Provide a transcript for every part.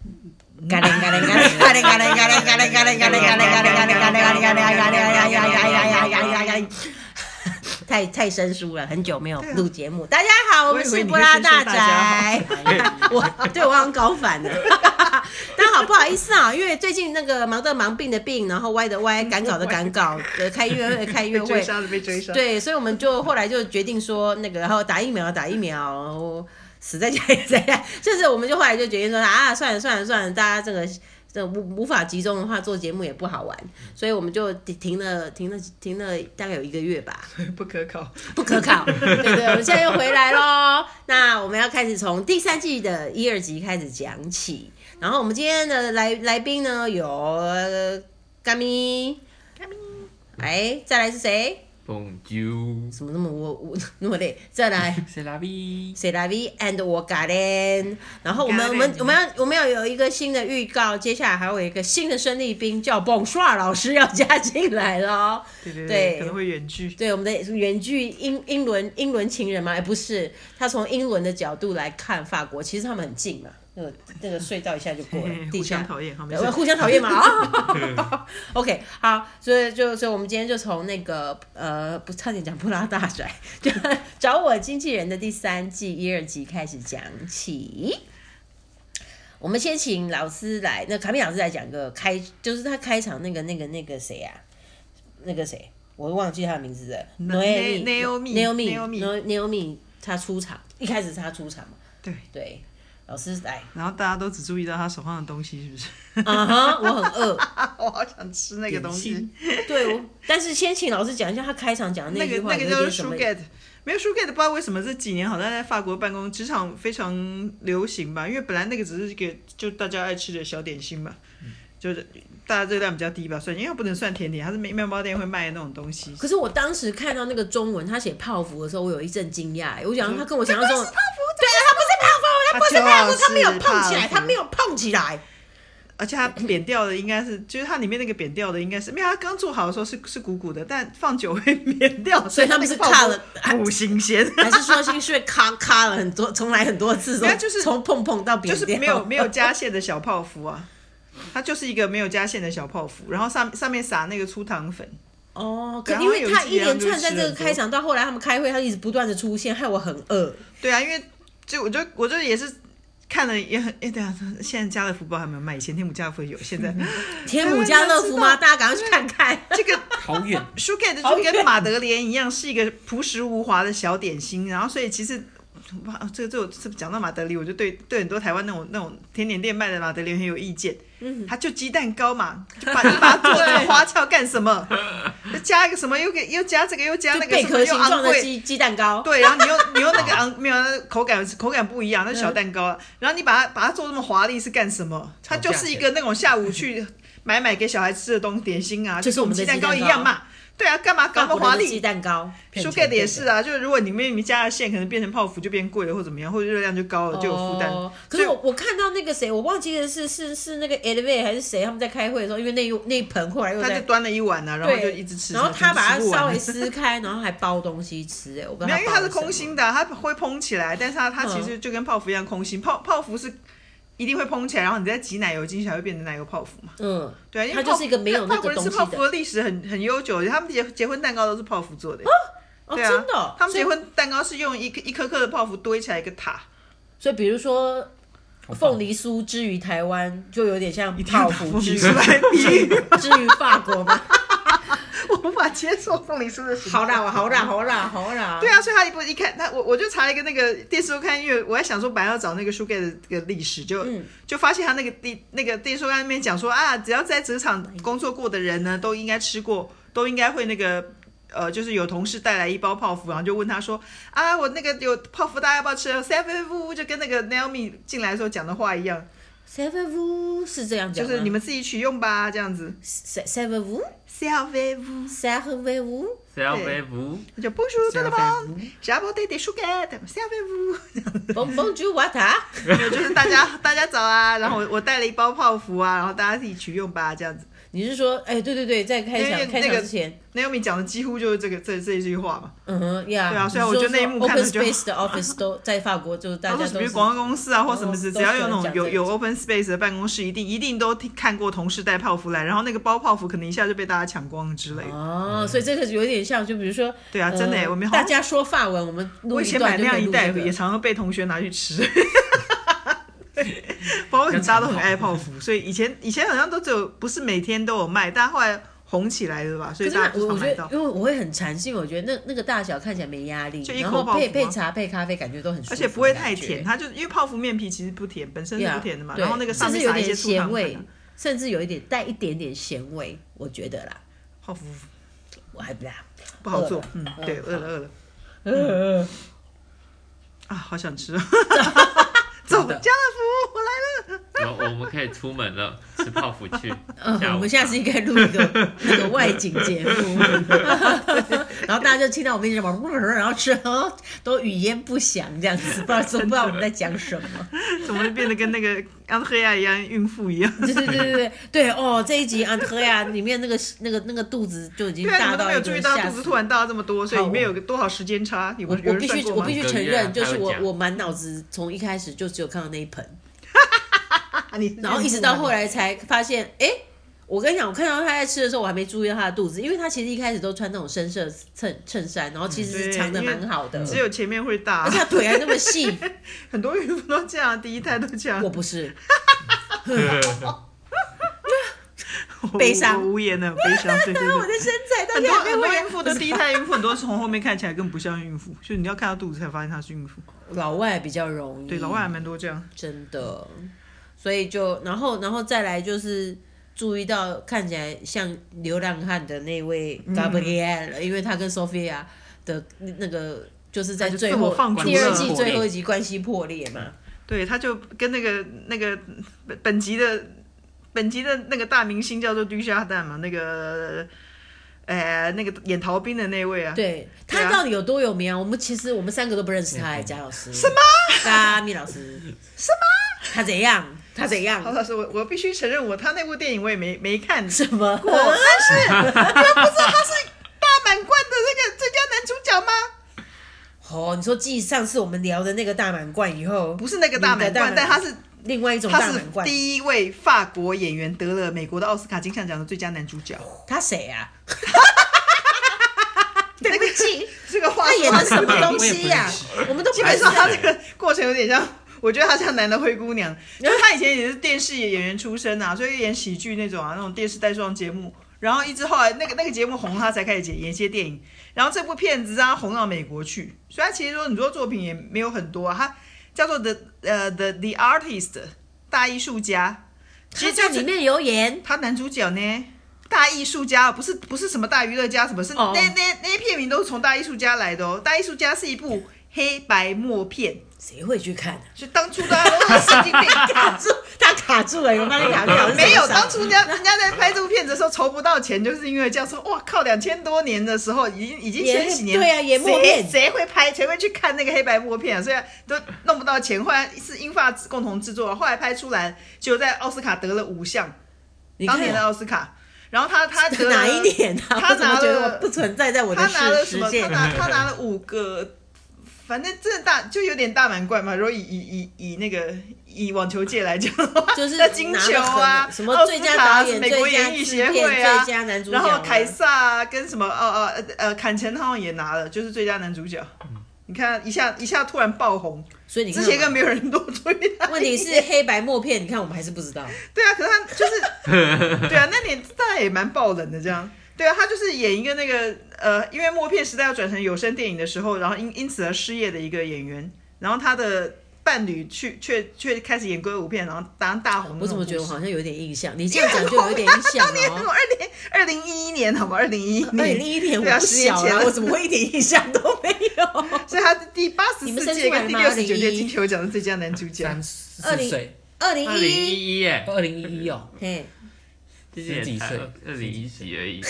嘎铃嘎铃嘎铃嘎铃嘎铃嘎铃嘎铃嘎铃嘎铃嘎铃嘎铃嘎铃嘎铃嘎铃嘎铃嘎铃呀呀呀呀呀呀呀呀！太太生疏了，很久没有录节目。大家好，我们是布拉 大宅。我对我好像搞反了。大家好，不好意思啊，因为最近那个忙的忙，病的病，然后歪的歪，赶稿的赶稿，呃，开音乐会开音乐被追会，杀的被追杀。对，所以我们就后来就决定说，那个然后打疫苗打疫苗，然后死在家里在家，就是我们就后来就决定说啊，算了算了算了，大家这个这个无无法集中的话，做节目也不好玩，所以我们就停停了停了停了大概有一个月吧，不可靠。不可靠。对对，我们现在又回来喽。那我们要开始从第三季的一二集开始讲起，然后我们今天的来来宾呢有呃甘咪，甘咪，哎，再来是谁？ Bonjour，怎么那么我我 那么累？再来 c'est la vie。 s e l a v i and 我 Galen。然后我们 Galen 我们我们要我们要有一个新的预告，接下来还有一个新的生力兵叫蹦刷老师要加进来了。对对对可能会远距。对，我们的原剧英英伦英伦情人吗？哎，不是，他从英伦的角度来看法国，其实他们很近嘛，那个那个隧道一下就过了嘿嘿，地互下相讨厌，好没对事。互相讨 厌嘛 哦啊。OK，好，所以就所以我们今天就从那个呃，不差点讲布拉大甩，就找我经纪人的第三季一二集开始讲起。我们先请老师来，那卡米老师来讲个开，就是他开场那个那个那个谁啊，那个谁，我忘记他的名字了。 Na- Naomi- Naomi Naomi Naomi 他出场，一开始是他出场嘛？对对，老师 来，然后大家都只注意到他手上的东西，是 不是？啊哈，我很饿。我好想吃那个东西。 对，我但是先请老师讲一下他开场讲的那句个话那个有叫做点什么 Sugar，没有 Sugar 不知道为什么这几年好像在法国办公职场非常流行吧，因为本来那个只是一个就大家爱吃的小点心嘛，就是大家热量比较低吧，算因为它不能算甜点，它是面面包店会卖的那种东西。可是我当时看到那个中文他写泡芙的时候，我有一阵惊讶，欸我想他跟我想象中的，对啊，他不是泡芙，他不是泡芙，他没有碰起来，他没有碰起来，而且它扁掉的应该是，就是它里面那个扁掉的应该是，因为它刚做好的时候是是鼓鼓的，但放久会 扁掉，所以他们那是个泡看了，沫不新鲜，还是说心碎咔咔了很多，重来很多次， 没有就是从碰碰到扁就掉，是没有没 有加馅的小泡芙啊，它就是一个没有加馅的小泡芙，然后上上面撒那个粗糖粉，哦，可然后因为他有一一集连串他在这们就吃个很多开场到后来他们开会，他一直不断的出现，害我很饿。对啊，因为就我就我就也是。看了也很哎，对啊，现在家乐福不知道还有没有卖，以前天母家乐福有，现在天母家乐福吗？啊大家赶快去看看。这个好 远， Sugar 的好就远跟马德莲一样，是一个朴实无华的小点心。然后，所以其实哇，这个这个这个讲到马德里，我就对对很多台湾那种那种甜点店卖的马德莲很有意见。嗯，它就鸡蛋糕嘛，就把你把它做成花俏干 什么？就加一个什么，又给又加这个，又加就那个贝什么，壳又形状昂的贵。鸡鸡蛋糕， 对，然后你又你又那个昂没有那个口感口感不一样，那嗯是小蛋糕啊。然后你把它把它做那么华丽是干什么？它就是一个那种下午去买买给小孩吃的东点心啊，就是跟我们的鸡鸡蛋蛋糕一糕样嘛。对啊，干嘛法搞那么国华的鸡丽？蛋糕。输给的也是啊，就是如果里面你加了馅，可能变成泡芙就变贵了，或怎么样，或者热量就高了，就有负担。哦可所以是我我看到那个谁，我忘记的是是是那个 Elevate 还是谁，他们在开会的时候，因为那一那一盆后来又他就在端了一碗啊，然后就一直吃，然后他把它全部吃不完稍微撕开，然后还包东西吃，哎，我不知没道包有，因了嗯为什么，它是空心的啊，它会蓬起来，但是它它其实就跟泡芙一样空心。泡泡芙是一定会蓬起来，然后你再挤奶油进去，才会变成奶油泡芙嘛。嗯，对啊，因它为泡就是一个没有那法个国人吃东西的泡芙的历史很很悠久，他们结结婚蛋糕都是泡芙做的。哦，对啊，真的哦，他们所以结婚蛋糕是用一颗一颗颗的泡芙堆起来一个塔， 所以比如说凤梨酥之于台湾，就有点像泡芙之于出来比喻，之于法国嘛，我无法接受凤梨酥的形状。好啦，我好啦，好啦，好啦，对啊，所以他一部一看，他我我就查一个那个电视周刊，因为我还想说本来要找那个 Sugar 的这个历史，就、就发现他那个第那个电视周刊那边讲说啊，只要在职场工作过的人呢，都应该吃过，都应该会那个。呃，就是有同事带来一包泡芙，然后就问他说：“啊，我那个有泡芙，大家要不要吃？”seven 就跟那个 Naomi 进来的时候讲的话一样， ，seven vu 是这样讲啊就吗，是你们自己取用吧，这样子。 seven vu seven seven vu。谁要飞不？就 Bonjour tout le Servez-vous monde, j a b o t e Sugar，seven 蹦蹦猪瓦塔， 啊没有，就是大家大家早啊，然后我我带了一包泡芙啊，然后大家自己取用吧，这样子。你是说，哎，对对对，在开因为场开那场个之前， Naomi 讲的几乎就是这个这这一句话嘛。嗯哼，呀，对啊所以你我说觉得那一说幕看 open 着就 space 的 office 都 在法国，就是大他说家什都么是广告公司啊，或什么之，都只要有那都喜种欢有讲有这 open space 的办公室，一定一定都听看过同事带泡芙来，然后那个包泡芙可能一下就被大家抢光之类的。哦，所以这个有点像，就比如说，对啊，真的耶，呃我们好大像家说法文，我们录我以一前段买就那可样以一录袋，这也个。常常被同学拿 去吃。包括很大家都很爱泡芙，所以以前以前好像都只有不是每天都有卖，但后来红起来了吧，可所以是大那家我都我常觉买得到，。因为我会很馋，是因为我觉得那那个大小看起来没压力，就一然口后泡配芙配吗茶配咖啡，感觉都很舒服的感而觉，且不会太甜，它就因为泡芙面皮其实不甜，本身是 Yeah，不甜的嘛，对然后那个上甚面至有撒一点些醋糖咸粉味啊，，甚至有一点带一点点咸味，我觉得啦，泡芙我还不 啦，不好做饿了，嗯，对，饿了饿了呃，啊，好 想吃， 走，真的家乐福我来了，有我们可以出门了，吃泡芙去。嗯，下午我们下 次应该录一 个那个外景节目，然后大家就听到我们一直往，然后吃，哦都语焉不详这样子， 不知道不知道我们在讲什么。怎么会变得跟那个 安黑啊亚一样孕妇一样？对对对对对对哦，这一集安特亚里面那个那个那个肚子就已经对啊，你大们都到没一有个注意到吓肚死子突然大到这么多，所以好里面有个多少时间差？有我有我人必算须过我吗必？须有承人算认，就过吗是我他有讲我满脑子从一开始就只有看到那一盆，啊你然后一直到后来才发现，哎、我跟你讲，我看到他在吃的时候，我还没注意到他的肚子，因为他其实一开始都穿那种深色衬衬衫，然后其实是藏的蛮好的，只有前面会大而且，他腿还那么细，很多孕妇都这样，第一胎都这样我，不是，我悲伤我无言了，悲伤，对对我的对。身材到很底多还没很多回孕妇的第一 胎孕妇，很多是从后面看起来更不像孕妇，就你要看到肚子才发现她是孕妇。老外比较容易，对，老外还蛮多这样。真的，所以就然后然后再来就是。注意到看起来像流浪汉的那位 Gabrielle，、因为他跟 Sophia 的那个就是在就最自我后放逐第二了季破最裂后一集关系破裂嘛，对，他就跟那个那个本本集的本集的那个大明星叫做dü夏蛋嘛，那个呃那个演逃兵的那位啊，对对啊嗯他到底有多有名啊？我们其实我们三个都不认识他，哎贾老师什么？嘎米老师什么？他怎样？他怎陶样？老师，我我必须承认我，他那部电影我也没没看过，什么？但是你们 不知道他是大满贯的那个最佳男主角吗？哦，你说继上次我们聊的那个大满贯以后，不是那个大满你的大满贯，但他是另外一种他大是满贯，第一位法国演员得了美国的奥斯卡金像奖的最佳男主角。他谁 啊？对不起，这个 话他演说的什么东我也不西呀认识？我们都不基认本识上他他这个过程有点像，我觉得他像男的灰姑娘， 因为他以前也是电视演员出身啊，所以演喜剧那种啊，那种电视带妆节目。然后一直后来那个那个节目红，他才开始演演一些电影。然后这部片子啊红到美国去，所以他其实说你说作品也没有很多啊，他叫做 The 呃 The The Artist 大艺术家，其他实在就里是面有 演他男主角呢大艺术家，不是不是什么大娱乐家，什么是、哦那那那些片名都是从大艺术家来的哦。大艺术家是一部黑白默片。谁会去看啊？就当初大家都是神经病， 卡住，他卡住了，有帮你卡住了。 没有。当初人家人家在拍这部片子的时候筹不到钱，就是因为这样说，哇靠，两千多年的时候，已经已经千禧年，也对啊也默片谁谁会拍，谁会去看那个黑白默片啊？所以都弄不到钱，后来是英法共同制作，后来拍出来，就在奥斯卡得了五项，你当看啊年的奥斯卡，然后他他得 了哪一年啊？他我怎么拿觉得了我不存在在我的他拿了世世什么？界他？拿他拿了五个，反正真的大就有点大满贯嘛。如果以以以以那个以网球界来讲的话， 就是那金球拿啊了，什么奥斯最佳卡啊导演美国最佳演艺协制会片啊，最佳男主角然啊后凯撒啊，跟什么呃呃呃坎城好像也拿了，就是最佳男主角。你看一下一下突然爆红，所以你看之嘛，前更没有人多注意他。问题 是黑白默片，你看我们还是不知道。对啊，可是他就是，对啊，那年代也蛮爆冷的这样。对啊，他就是演一个那个呃，因为默片时代要转成有声电影的时候，然后因因此而失业的一个演员，然后他的伴侣去却却开始演歌舞片，然后当大红的我那怎种故么事。觉得我好像有点印象？你这样讲就有点印象我哦。二零二零一一年好吗？二零一一二年零，一一年对啊我不十年小前了，了我怎么会一点印象都没有？所以他是第八十你们四生届出来跟第吗六十九2011届金球奖的最佳男主 角。三十四岁，二零二零一一，一一耶，二零一一哦，嘿，今年十几才岁二零一几而已。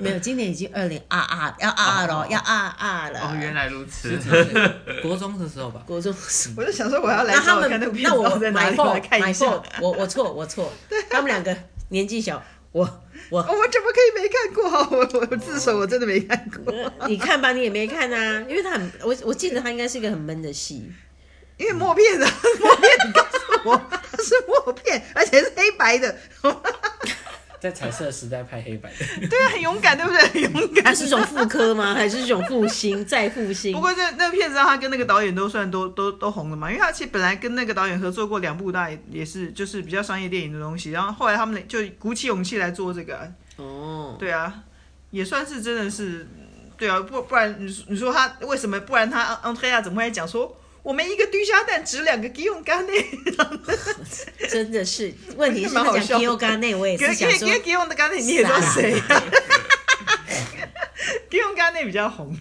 没有，今年已经二零二二，要二二了，要二二了。哦，原来如此嗯十。几岁，国中的时候吧。国中。我就想说我要 来那他找我看那部们，片那子我到底在哪买里，我爆来看一买下 爆。，我我错我错，他们两个年纪小，我我我怎么可以没看过？ 我我我自首我真的没看过， 呃你看吧，你也没看啊，因为他很，我我记得他应该是一个很闷的戏，因为默片的啊 默片，你告诉我它是默片，而且是黑白的， 在彩色时代拍黑白的，对啊，很勇敢，对不对？很勇这敢。是一种复刻 吗？还是一种复兴再复兴不？过这那个片子让他跟那个导演都算都都都红了嘛，因为他其实本来跟那个导演合作过两部大，也是就是比较商业电影的东西，然后后来他们就鼓起勇气来做这个啊，哦，对啊，也算是真的是，对啊，不不然你说你说他为什么？不然他昂昂特亚怎么会讲说我们一个低下蛋值两个给用干呢？真的是，问题是蛮好他笑讲 Kyo 刚那我也给是想给 说给给用的干呢？你也知道谁啊？ 给用干呢比较红。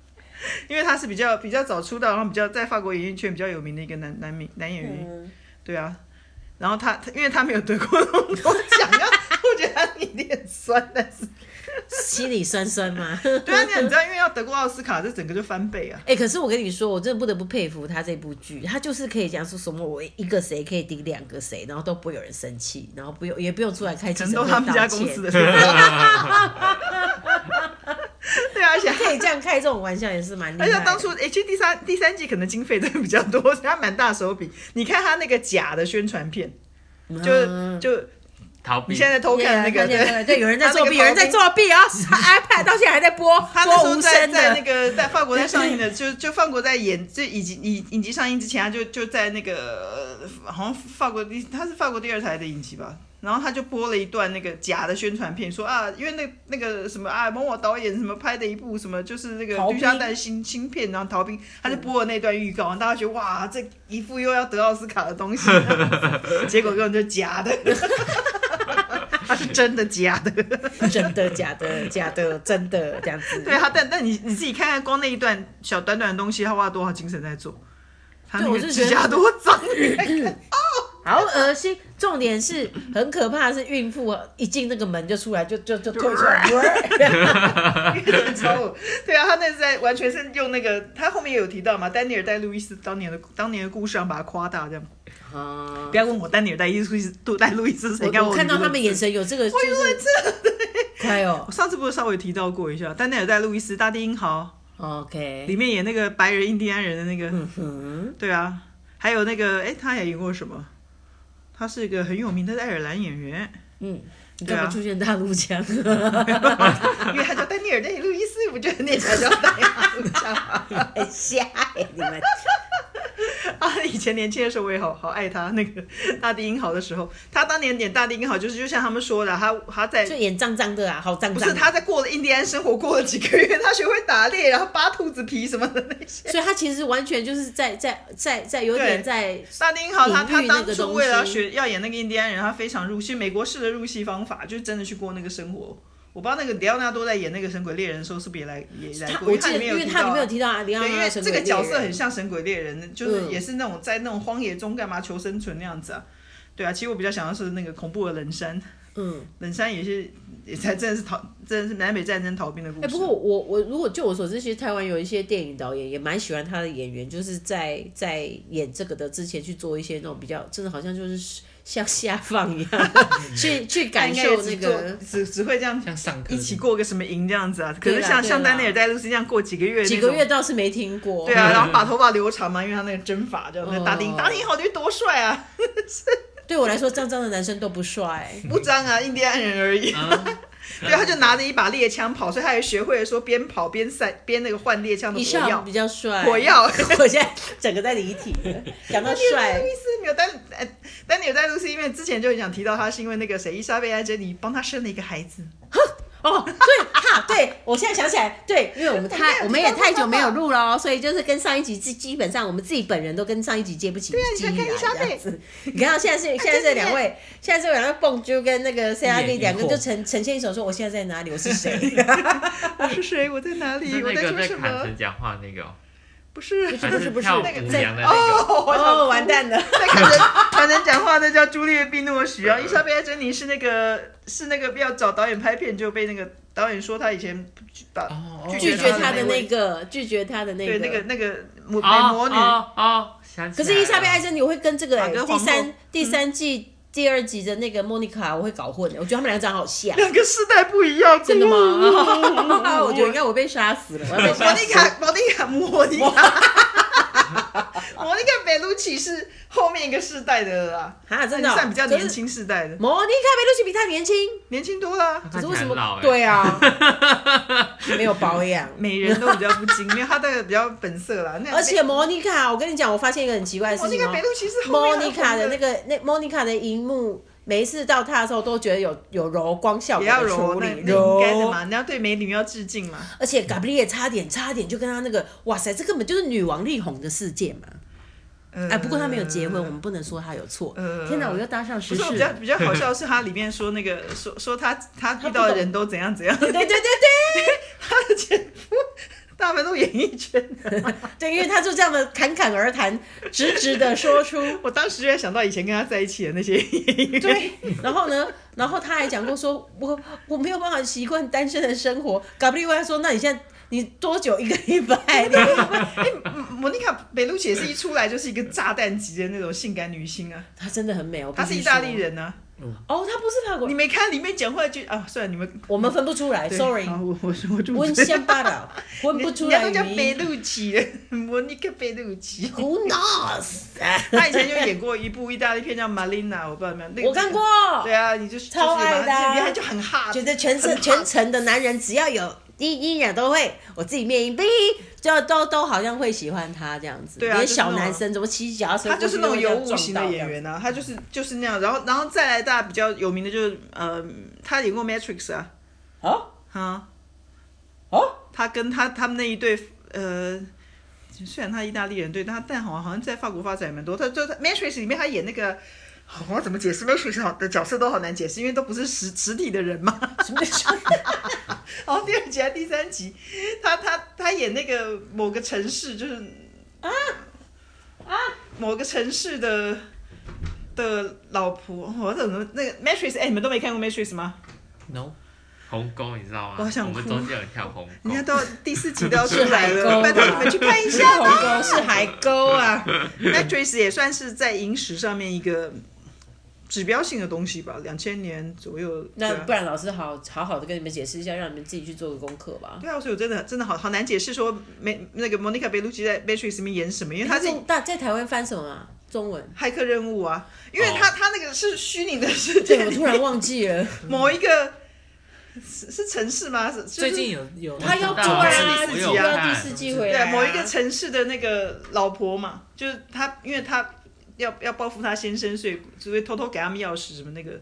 因为他是比较比较早出道，然后比较在法国演艺圈比较有名的一个男男明男演员，嗯对啊，然后他他因为他没有得过那种奖， 然后我觉得他脸很酸，但是心里酸酸吗？ 对啊，你你知道，因为要得过奥斯卡，这整个就翻倍啊。 哎、可是我跟你说，我真的不得不佩服他这部剧，他就是可以讲出什么我一个谁可以顶两个谁，然后都不会有人生气，然后不用也不用出来开记可者能都会他们家道公司歉。 的，对啊，而且可以这样开这种玩笑也是蛮厉害而且的。当初哎、其实第三第三季可能经费真的比较多，所以他蛮大手笔。你看他那个假的宣传片，就嗯就逃避你现在在偷看那个，对啊对对对，有人在他那作个弊，有人在刨冰作弊啊他！iPad 到现在还在播，他那时播候无在声在那 的。个在法国在上映的，就就法国在演，就以及以影集上映之前，他就就在那个呃好像法国第他是法国第二台的影集吧。然后他就播了一段那个假的宣传片，说啊，因为那那个什么啊，某某导演什么拍的一部什么，就是那个逃绿兵沙蛋新新片，然后逃兵，他就播了那段预告，大家觉得哇，这一副又要得奥斯卡的 东西，结果根本就假的， 他是真的假的。真的假的假的真的这样子，对啊，但但你你自己看看，光那一段小短短的东西，他花多少精神在做，他那对我个是指觉甲得多 脏，好恶心。重点是很可怕，是孕妇一进那个门就出来，就就就退出来， 超恶 对啊，他那是在完全是用那个，他后面也有提到嘛，丹尼尔戴路易斯当年的当年的故事，然后把它夸大这样。啊不要问我丹尼尔戴路易斯戴路易斯是谁，我我我看到他们眼神。神有这个，就是 快哦我上次不是稍微提到过一下，丹尼尔戴路易斯《大地英豪》 ，OK，里面演那个白人印第安人的那个，嗯哼，对啊，还有那个，哎，他也演过什么？他是一个很有名的爱尔兰演员，嗯，你对干啊嘛出现大陆 腔？因为他叫丹尼尔戴路易斯，我觉得那才叫丹尼尔路易斯很瞎哎，你们 啊，以前年轻的时候我也好好爱他。那个大地英豪的时候，他当年演大地英豪，就是就像他们说的，他他在就眼脏脏的啊，好脏不脏是的。他在过了印第安生活过了几个月，他学会打猎，然后扒兔子皮什么的那些。所以他其实完全就是在在在在有点在大地英豪他他隐喻那个当初东为了要西学要演那个印第安人，他非常入戏，美国式的入戏方法，就真的去过那个生活。我不知道那个里奥纳多在演那个《神鬼猎人》的时候是不是也来也来他，过，我因为记得他里因面有为提他里到啊面有提到里奥对，因纳为多这个角色很像，像《神鬼猎人》，就是嗯也是那种在那种荒野中干嘛求生存那样子啊。对啊，其实我比较想要是那个恐怖的冷山，嗯，冷山也是也才真的是逃，真的是南北战争逃兵的故哎、事。不过我我如果就我所知，其实台湾有一些电影导演也蛮喜欢他的演员，就是在在演这个的之前去做一些那种比较，真的好像就是像下放一样， 去去他感应该受也那只做个只只会这样像上课一起过个什么营这样子啊。可对是啦像对像啦丹尼尔戴路斯这样过几个月，几个月。倒是没听过，对嗯啊，然后把头发留长嘛，因为他那个针法这样。那大丁哦大丁好就多帅啊，对我来说，脏脏的男生都不 帅，不脏啊，印第安人而已。啊， 对，他就拿着一把猎枪跑，所以他也学会了说边跑边散边那个换猎枪的一火药笑。比较哎帅，火 药我现在整个在离题了，讲 到帅路，易斯没有丹，呃丹尼尔戴路斯，因为之前就很想提到他，是因为那个谁伊莎贝拉·珍妮帮他生了一个孩子，哦，对，哈，对我现在想起来，对，因为我们太我们也太久没有录了哦，所以就是跟上一集基基本上我们自己本人都跟上一集接不起啊你基想看来一下这样子。你看到现在是现在这两位，现在这两位蹦啾跟那个 C R 一眼 D 疑惑两个就呈呈现一种说我现在在哪里，我是谁，我是谁？我在哪是里？我那个做在什坎么城？讲话那个哦，不不是，是不是不是跳舞那个娘的那个， 哦， 我哦，想完蛋 了， 在看人才能讲话，那叫朱丽叶·碧诺许嗯啊。伊莎贝拉·珍妮是那个是那个要找导演拍片，就被那个导演说他以前把 哦拒拒绝他他的的那位那个，拒绝他的那对那个个。啊那个魔美哦魔女，哦哦，想起可来了是伊莎贝艾珍妮，我会跟这个啊跟第啊皇后三第三季第二集的那个莫妮卡，我会搞混的。我觉得他们两个长得好像，两个世代不一样， 真的吗？ 我觉得应该我被杀死了，我要被莫杀妮死。卡，莫妮卡，莫妮卡， 莫妮卡贝鲁奇是后面一个世代的了啦，啊，真的哦、算比较年可是轻世代的，莫妮卡贝鲁奇比他年轻，年轻多了啊。可看是起为来什很老么？哎，对啊， 没有保养。美人都比较不精，没有她的比较本色啦。那而且莫妮卡，我跟你讲，我发现一个很奇怪的莫事妮情卡哦贝。鲁奇是后莫面妮卡的那个个那莫妮卡的荧幕，每一次到她的时候都觉得有有柔光效也果要的柔，处那理那应该的柔，嘛，你要对美女要致敬嘛。而且 g 布 b 也差点差点就跟她那个，哇塞，这根本就是女王力宏的世界嘛。呃哎，不过她没有结婚，我们不能说她有错。呃天哪，我又搭上不时是事我比较了。比较好笑 的是，他里面说那个说说他他遇到的人都怎样怎样，对对对对他的前夫大部分都演艺圈的。对，因为她就这样的侃侃而谈，直直的说出。我当时就在想到以前跟他在一起的那些演 员，对，然后呢，然后他还讲过说，我我没有办法习惯单身的生活。g 布 b 还说，那你现在你多久一个礼拜？嗯莫妮卡贝鲁奇也是一出来就是一个炸弹级的那种性感女星啊， 她真的很美，我必她须是意大利说。人呢、哦，他不是法国你人，没看里面讲话就啊，算了，你们我们分不出来对，sorry，好我我我就温香巴佬分不出人来家都叫贝 语音。鲁奇，莫妮卡贝鲁奇， Who knows？她以前就演过一部意大利片叫《玛琳娜》，我不知道有没有，那个我看过，对啊，你就是超爱的啊就是把她就很哈，觉得全城很全 hot 城的男人只要有一一眼都会，我自己面一逼，就都都好像会喜欢他这样子。对啊连就是那小种男生怎么骑脚踏车他就是那种有过悟去型都的会这样撞到这演样员啊，他就是就是那样，然后然后再来大家比较有名的就是呃，他演过《Matrix》啊，哦哈，哦，他跟他他们那一对呃，虽然他意大利人对，但他但好像好像在法国发展也蛮多，他就在《Matrix》里面他演那个。我、要怎么解释 Matrix 好的角色都好难解释，因为都不是实实体的人嘛。什么然后第二集还第三集，他他他演那个某个城市，就是啊啊某个城市的的老婆，我怎么那个 Matrix？哎、你们都没看过 Matrix 吗？ No，鸿沟你知道吗？我好想我们哭中间有一条鸿沟人 家，都要第四集都要出来是海沟了，拜托你们去看一是下。鸿沟，是海沟啊！ Matrix 也算是在影史上面一个指标性的东西吧，两千年左右。对那啊不然老师好好好的跟你们解释一下，让你们自己去做个功课吧。对啊，所以我真的真的好好难解释说没那个莫妮卡贝鲁奇在 Matrix 里面演什么，因为她是中大在台湾翻什么啊？中文？骇客任务啊，因为哦他、他那个是虚拟的世界对，我里突然忘记了。某一个是是城市吗？是、就是、最近有有他要我做知道啊，我第四有季看要第四季回对来、啊某一个城市的那个老婆嘛，就是他，因为他要要报复他先生，所以所以偷偷给他们钥匙什么那个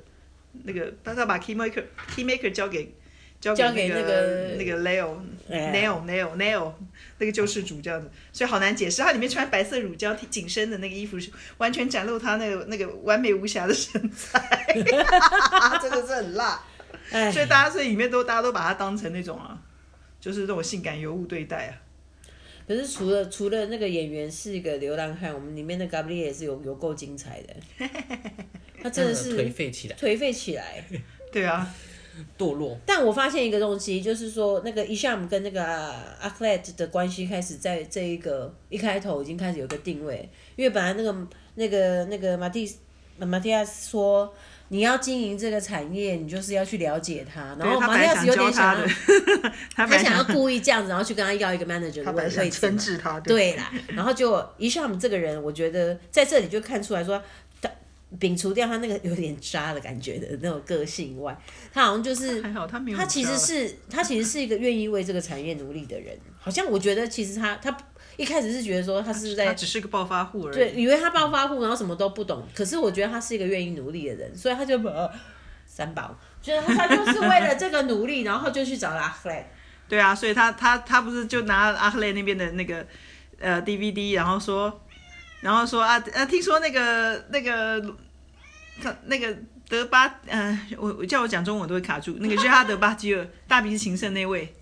那个，他他把 key maker key maker 交给交给交给那那个那个 Leo。 哎 Nail Nail Nail 那个救世主这样子，所以好难解释。他里面穿白色乳胶紧身的那个衣服，是完全展露他那个那个完美无瑕的身 材，真的是很辣。所哎，以大家所以里面都大家都把它当成那种啊，就是那种性感尤物对待啊。可是除了除了那个演员是一个流浪汉，我们里面的 Gabriel 也是有有够精彩的， 他真的让人是颓废起来，颓废起来。对啊，堕 落。但我发现一个东西，就是说那个 Isham 跟那个啊 Athlet 的关系开始在这一个一开头已经开始有一个定位，因为本来那个那个那个马蒂马蒂亚斯说。你要经营这个产业，你就是要去了解它。然对后他马本蒂来亚斯想有教点他想要的，他他本来想要想故意这样子，然后去跟他要一个 manager 他的本位来位想置牵嘛。制他，对对啦，然后就一下我们这个人，我觉得在这里就看出来说，他摒除掉他那个有点渣的感觉的那种个性以外，他好像就是还好他没有他其教实了是他其实是一个愿意为这个产业努力的人。好像我觉得其实他他一开始是觉得说他是他在只是个暴发户而已。对，以为他暴发户，然后什么都不懂。可是我觉得他是一个愿意努力的人，所以他就把三宝，就是他就是为了这个努力，然后就去找了阿弗 莱。对啊，所以他他他不是就拿阿克雷那边的那个呃 DVD，然后说，然后说啊啊，听说那个那个看那个德巴，呃，我我叫我讲中文我都会卡住，那个热哈德巴基尔 大鼻子情圣那位。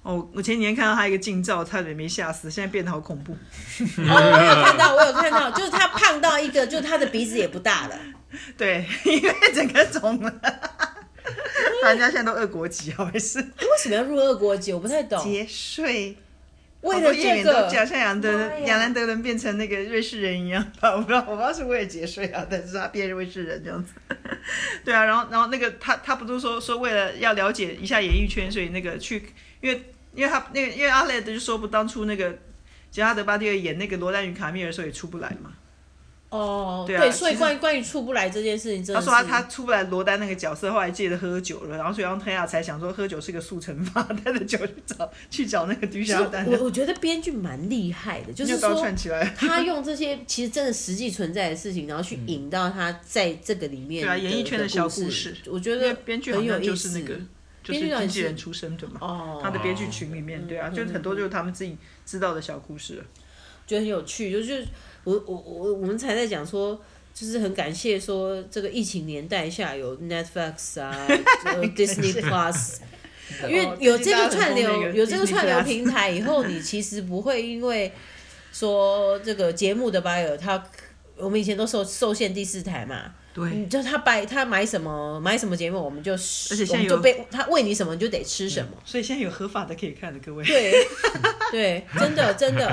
哦，我前几天看到他一个近照，差点没吓死，现在变得好恐怖。哦，我有看到，我有看到，就是他胖到一个，就是他的鼻子也不大了。对， 因为整个肿 了，人家现在都二国籍，好没事。他为什么要入俄国籍？我不太懂。节税，好为多了演这员都个，讲像亚兰德妈呀亚兰德人变成那个瑞士人一样吧，我不知道，我不知道是为了节税啊，但是他变瑞士人这样子。 对啊，然后然后那个他他不是说说为了要了解一下演艺圈，所以那个去，因为因为他那个因为阿雷德就说不当初那个杰拉德巴蒂尔演那个罗兰与卡米尔的时候也出不来嘛，哦，对啊所以其实关于关于出不来这件事情，真他的是说他他出不来罗丹那个角色，后来借着喝酒了，然后所以让天亚才想说喝酒是个速成法， 带着酒去找去找那个迪其迦丹实，我我觉得编剧蛮厉害的，就是又把我说串起来。他用这些其实真的实际存在的事情，然后去引到他在这个里面对啊演艺圈的小故故事事，我觉因为得编剧好很有像就意是思。那个就编是剧到底经纪是人出身的嘛，哦，他的编剧群里面，对啊，嗯就嗯很多嗯就是他们自己知道的小故事。觉得很有趣，就是我我我我们才在讲说。就是很感谢说这个疫情年代下有 Netflix 啊、呃 Disney Plus，因为有这个串流有这个串流平台以后，你其实不会因为说这个节目的 buyer 他，我们以前都受受限第四台嘛，对，你就他买他买什么买什么节目，我们就而且我现在们有嗯就被他喂你什么你就得吃什么。所以现在有合法的可以看的，各位。 对对，真的真的。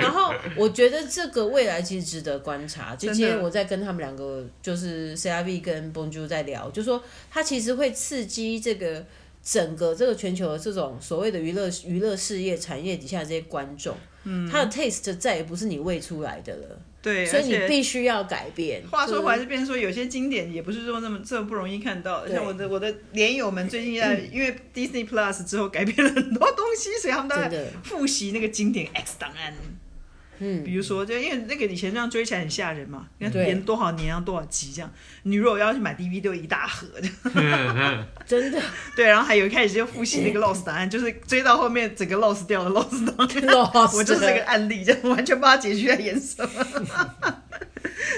然后我觉得这个未来其实值得观察。就真的今天我在跟他们两个，就是 CRV 跟 Bonju 在聊，就说它其实会刺激这个整个这个全球的这种所谓的娱乐娱乐事业产业底下这些观众，嗯，他的 taste 再也不是你喂出来的了，对，所而以你且必须要改变。话说就是回来，就变成说有些经典也不是说那么这么不容易看到的。对嗯像我的我的连友们最近在因为 Disney Plus 之后改变了很多东西，所以他们都真的在复习那个经典 X 档案。嗯，比如说，就因为那个以前这样追起来很吓人嘛，你看对连多少年要多少集这样。你如果要去买 DVD 都一大盒，真的对，然后还有一开始就复嗯习那个 loss 答案，就是追到后面整个 loss 掉了 loss 答 案。 lost 我就是这个案例，这样完全不知道结局在演什么。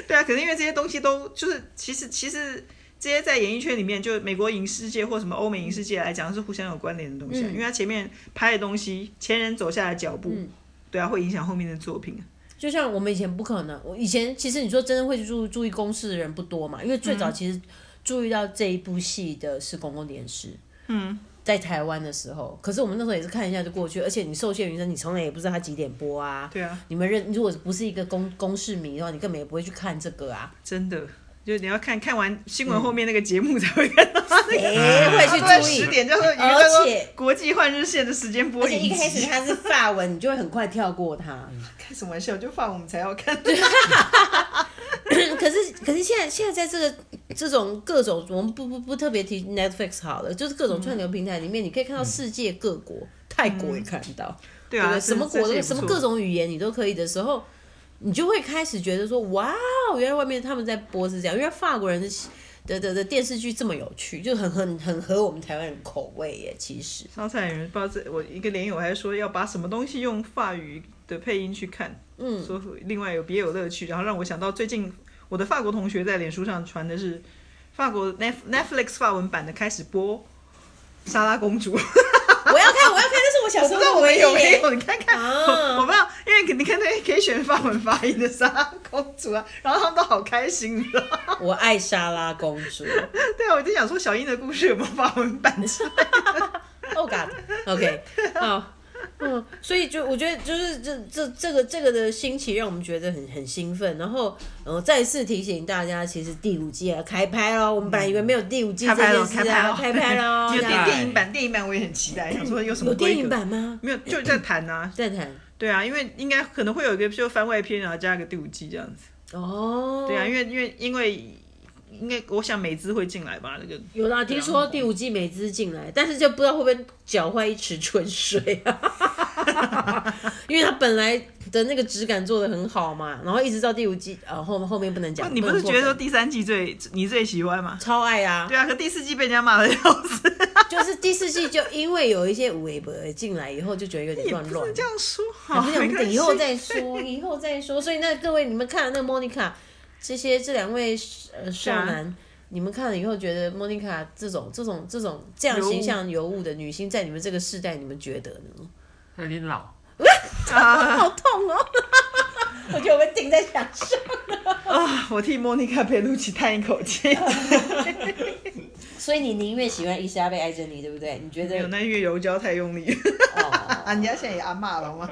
对啊，可是因为这些东西都就是，其实其实这些在演艺圈里面，就美国影视界或什么欧美影视界来讲，是互相有关联的东西啊、嗯因为它前面拍的东西，前人走下的脚步，嗯对啊，会影响后面的作品啊。就像我们以前不可能，我以前其实你说真的会注注意公式的人不多嘛，因为最早嗯其实注意到这一部戏的是公共电视，嗯，在台湾的时候，可是我们那时候也是看一下就过去，而且你受限于那你从来也不知道它几点播啊，对啊，你们认如果不是一个公公式迷的话，你根本也不会去看这个 啊，真的。就是你要看看完新闻后面那个节目才会看到，谁会嗯去啊在注十意？点叫做一个而叫做且国际换日线的时间播而且影一集。开始它是法文，你就会很快跳过它。开什么玩笑？就放我们才要看。啊 可是可是现在现在在这个这种各种我们不不不特别提 Netflix 好了，就是各种串流平台里面，你可以看到世界各国，泰国也看到， 嗯对不啊，什么国的的什么各种语言你都可以的时候，你就会开始觉得说，哇哦，原来外面他们在播是这样，因为法国人的的的的电视剧这么有趣，就很很很合我们台湾人口味耶，其实。上次还有人不知道这，我一个连友还说要把什么东西用法语的配音去看，嗯，说另外有别有乐趣，然后让我想到最近我的法国同学在脸书上传的是法国 Net Netflix 法文版的开始播《莎拉公主》， 我要看，我要看，但是我小我时不候知道我唯们一有没耶有，你看看，啊我我不知道，因为你看那可以选法文发音的莎拉公主啊，然后他们都好开心，你知道吗？我爱莎拉公主。对啊，我就想说小英的故事有没有法文版？ Oh God，OK，、好，嗯，所以就我觉得就是这这这个这个的兴起，让我们觉得很很兴奋。然后，呃，再次提醒大家，其实第五季要开拍哦喽。我们本来以为没有第五季这开拍件了，事开拍啊，了，开拍喽。有这电样电影版，电影版我也很期待，想说有什么有规电格影版吗？没有，就在谈啊。再谈对啊，因为应该可能会有一个就番外篇，然后加个第五季这样子。哦。对啊，因为因为因为应该我想美资会进来吧，那个有啦，听说第五季美资进来，但是就不知道会不会搅坏一池春水啊， 因为他本来的那个质感做的很好嘛，然后一直到第五季，呃，后后面不能讲，哦你不能是过觉得分说第三季最你最喜欢吗？超爱啊，对啊，可第四季被人家 骂的要死，就是第四季就因为有一些微博进来以后，就觉得有点也乱不乱 能这。样说还哈。是我没们关等系以后再说，以后再说。所以那各位，你们看了那个莫妮卡这些这两位呃少男，你们看了以后觉得莫妮卡这种这种这种这样尤物形象尤物的女星，在你们这个世代，你们觉得呢？他有点老，啊好痛哦！ 我觉得我被钉在墙上。啊，我替莫妮卡·佩鲁奇叹一 口气，所以你宁愿喜欢伊莎贝艾珍妮，对不对？你觉 没有得 那月柔焦太用力。哦？啊，人家现在也阿骂了吗？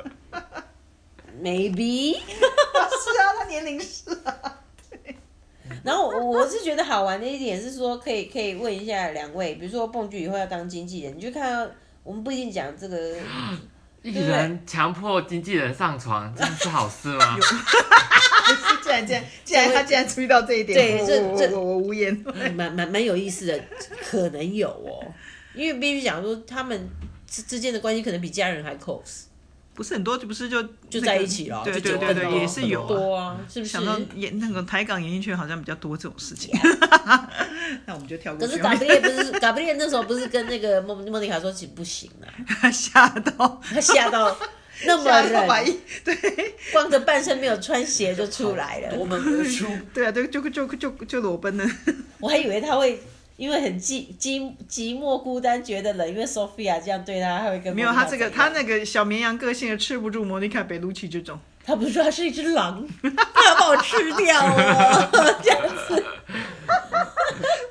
Maybe， 是啊，他年龄是然后我我是觉得好玩的一点是说，可以可以问一下两位，比如说蹦剧以后要当经纪人，你就看到我们不一定讲这 个，艺人强迫经纪人上床，这样是好事吗？竟然竟然竟然他竟然注意到这一点，对我这我这我我无言。蛮蛮蛮有意思的，可能有哦，因为必须讲说他们之之间的关系可能比家人还 close，不是很多，就不是就就那在个一起了，对就对结对婚对，了也是有很啊。多啊，是不是想？到演那个台港演艺圈好像比较多这种事情，那我们就跳过可是去。嘎布列不是嘎布列那时候不是跟那个莫莫妮卡说起不行啊，吓到，他吓到那 么吓到把冷，一光着半身没有穿鞋就出来了，夺门而出，对啊，对，就就就就就裸奔了。我还以为他会因为很寂寂寂寞孤单觉得冷，因为 Sophia 这样对他，他会跟没有 Monica 他这个怎他样那个小绵羊个性的吃不住莫妮卡贝鲁奇这种，他不是说他是一只狼，他要把我吃掉哦， 这样子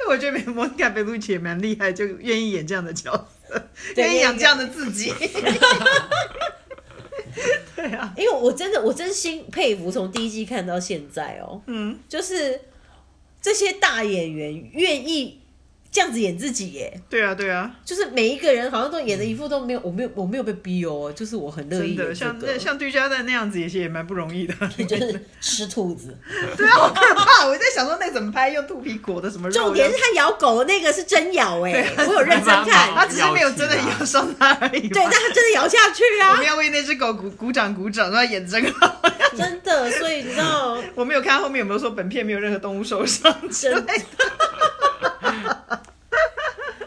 我觉得没莫妮卡贝鲁奇也蛮厉害，就愿意演这样的角色，对愿意演愿意这样的自己。对啊，因为我真的我真心佩服，从第一季看到现在哦，嗯，就是这些大演员愿意这样子演自己耶，对啊，对啊，就是每一个人好像都演的一副都没有，我没有我没有被逼哦，就是我很乐意演真的这像个那，像杜家蛋那样子也是也蛮不容易的。 就是吃兔子。 对啊，好可怕！我在想说那个怎么拍，用肚皮裹的什么 肉？重点是他咬狗的那个是真咬哎、对我有认真他看，只是没有真的咬伤它而 已嘛。对，但他真的咬下去 我啊们，要为那只狗鼓鼓掌鼓掌，让它演真好。真的。所以你知道， 我没有看后面有没有说本片没有任何动物受伤之 类的。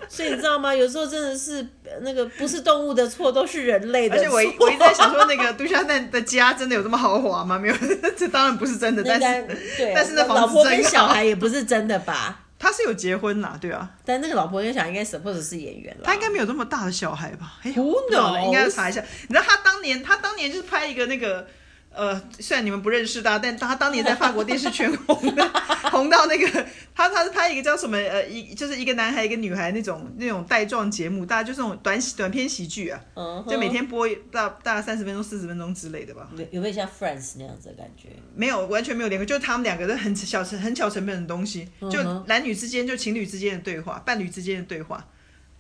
所以你知道吗？有时候真的是呃那个不是动物的错，都是人类的而且错。我一我一直在想说，那个杜嘉蛋的家真的有这么豪华吗？没有，这当然不是真的。那但应该 是对啊，但是那房子老婆跟真好小孩也不是真的吧？他是有结婚啦，对啊，但那个老婆跟小孩应该 suppose 是演员了。他应该没有这么大的小孩吧？哎， Who 我不知道 knows？应该要查一下。你知道他当年，他当年就是拍一个那个。呃，虽然你们不认识他，但他当年在法国电视圈红的，红到那个他他是拍一个叫什么呃一就是一个男孩一个女孩那种那种带状节目，大家就是那种短短片喜剧啊，嗯哼就每天播大大概三十分钟四十分钟之类的吧。有有没有像 Friends 那样子的感觉？没有，完全没有联合，就是他们两个都很小成很小成本的东西，就嗯哼男女之间、就情侣之间的对话、伴侣之间的对话。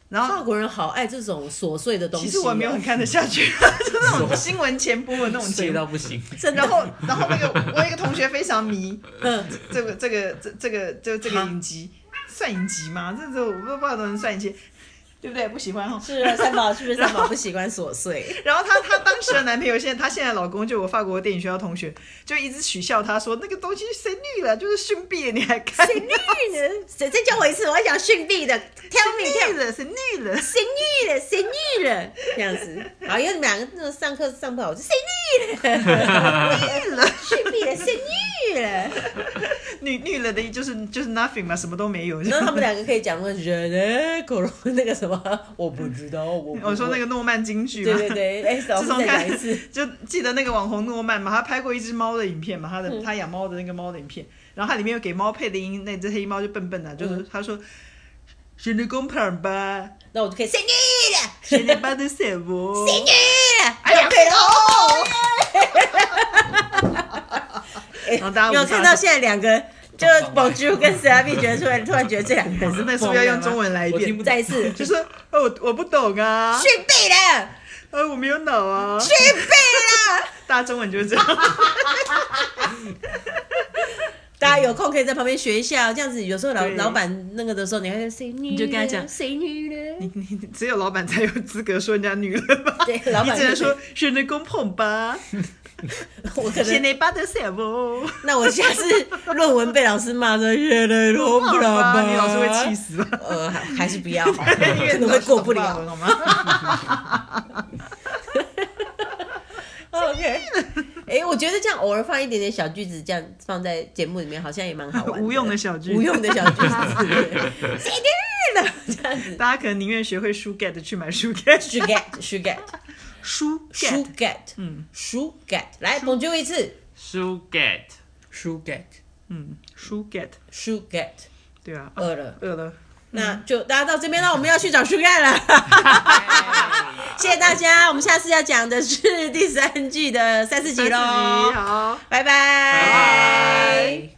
然法后国人好爱这种琐碎的东西、啊啊其实我也没有很看得 下去，就那种新闻前播的那种节碎目。到不行。真 然的。后，然后那个我有一个同学非常迷嗯这个这个这这个就这个影集，算影集吗？这这我不知道能不能算影集，对不对？不喜欢哈。是啊，三宝是不是三宝不喜欢琐 碎？然后她她当时的男朋友，现在她现在的老公，就我法国电影学校同学，就一直取笑她说那个东西谁绿了，就是逊毙了，你还看？谁虐人？谁再教我一次？我要讲逊毙的，tell me tell 绿了，谁绿了？谁虐了？谁虐了？这样子，然后因为你们两个那个上课上不好，我就谁虐了？虐了，逊毙了，谁虐了？女 女了的，就是就是 nothing 嘛，什么都没有。 然后他们两个可以讲说人口容那个什啊么，我不知道，我不 我哦说那个诺曼京剧对嘛，对对，哎，老自师从再看讲一次，就记得那个网红诺曼嘛，他拍过一只猫的影片嘛，他的、嗯他养猫的那个猫的影片，然后他里面有给猫配的音，那只黑猫就笨笨的、就是嗯他说。Je ne comprends pas, 那我就可以谁虐了？ je n'ai pas de cerveau。谁虐了？哦哎呀，可以了哦。哎 然后大 家有没有五十二看到现在两个，就是宝珠跟 s a b 觉得出来，突然觉得这两个人是那是不是要用中文来一我听遍？不懂再一 次就说，哦，我我不懂啊，逊毙了，呃，我没有脑啊。逊毙了。 大家中文就是这样。大家有空可以在旁边学一下，这样子有时候老对老板那个的时候，你还谁女你就跟他讲谁女人，只有老板才有资格说人家女了吧？对，老你板只能说 je ne comprends pas。我 可现能，在巴德塞 不？那我下次论文被老师骂说越来越不啊好了 吧，吧，啊你老师会气死啊吧？呃，还还是不要好， 因为可能会过不了。懂吗？ OK，哎、我觉得这样偶尔放一点点小句子，这样放在节目里面，好像也蛮好玩的。无用的小句子无用的小句子，对谁虐了这样子大家可能宁愿学会书 get 去买书 get， ？Sugar sugar 书 get sugar，嗯嗯，sugar，来，捧就一次书 get，书 get，嗯，书 get， ，sugar，对啊，饿了。饿了，那就大家到这边了，我们要去找 Sugar 了。谢谢大家，我们下次要讲的是第三季的三四集三十集喽，好。拜拜。拜拜。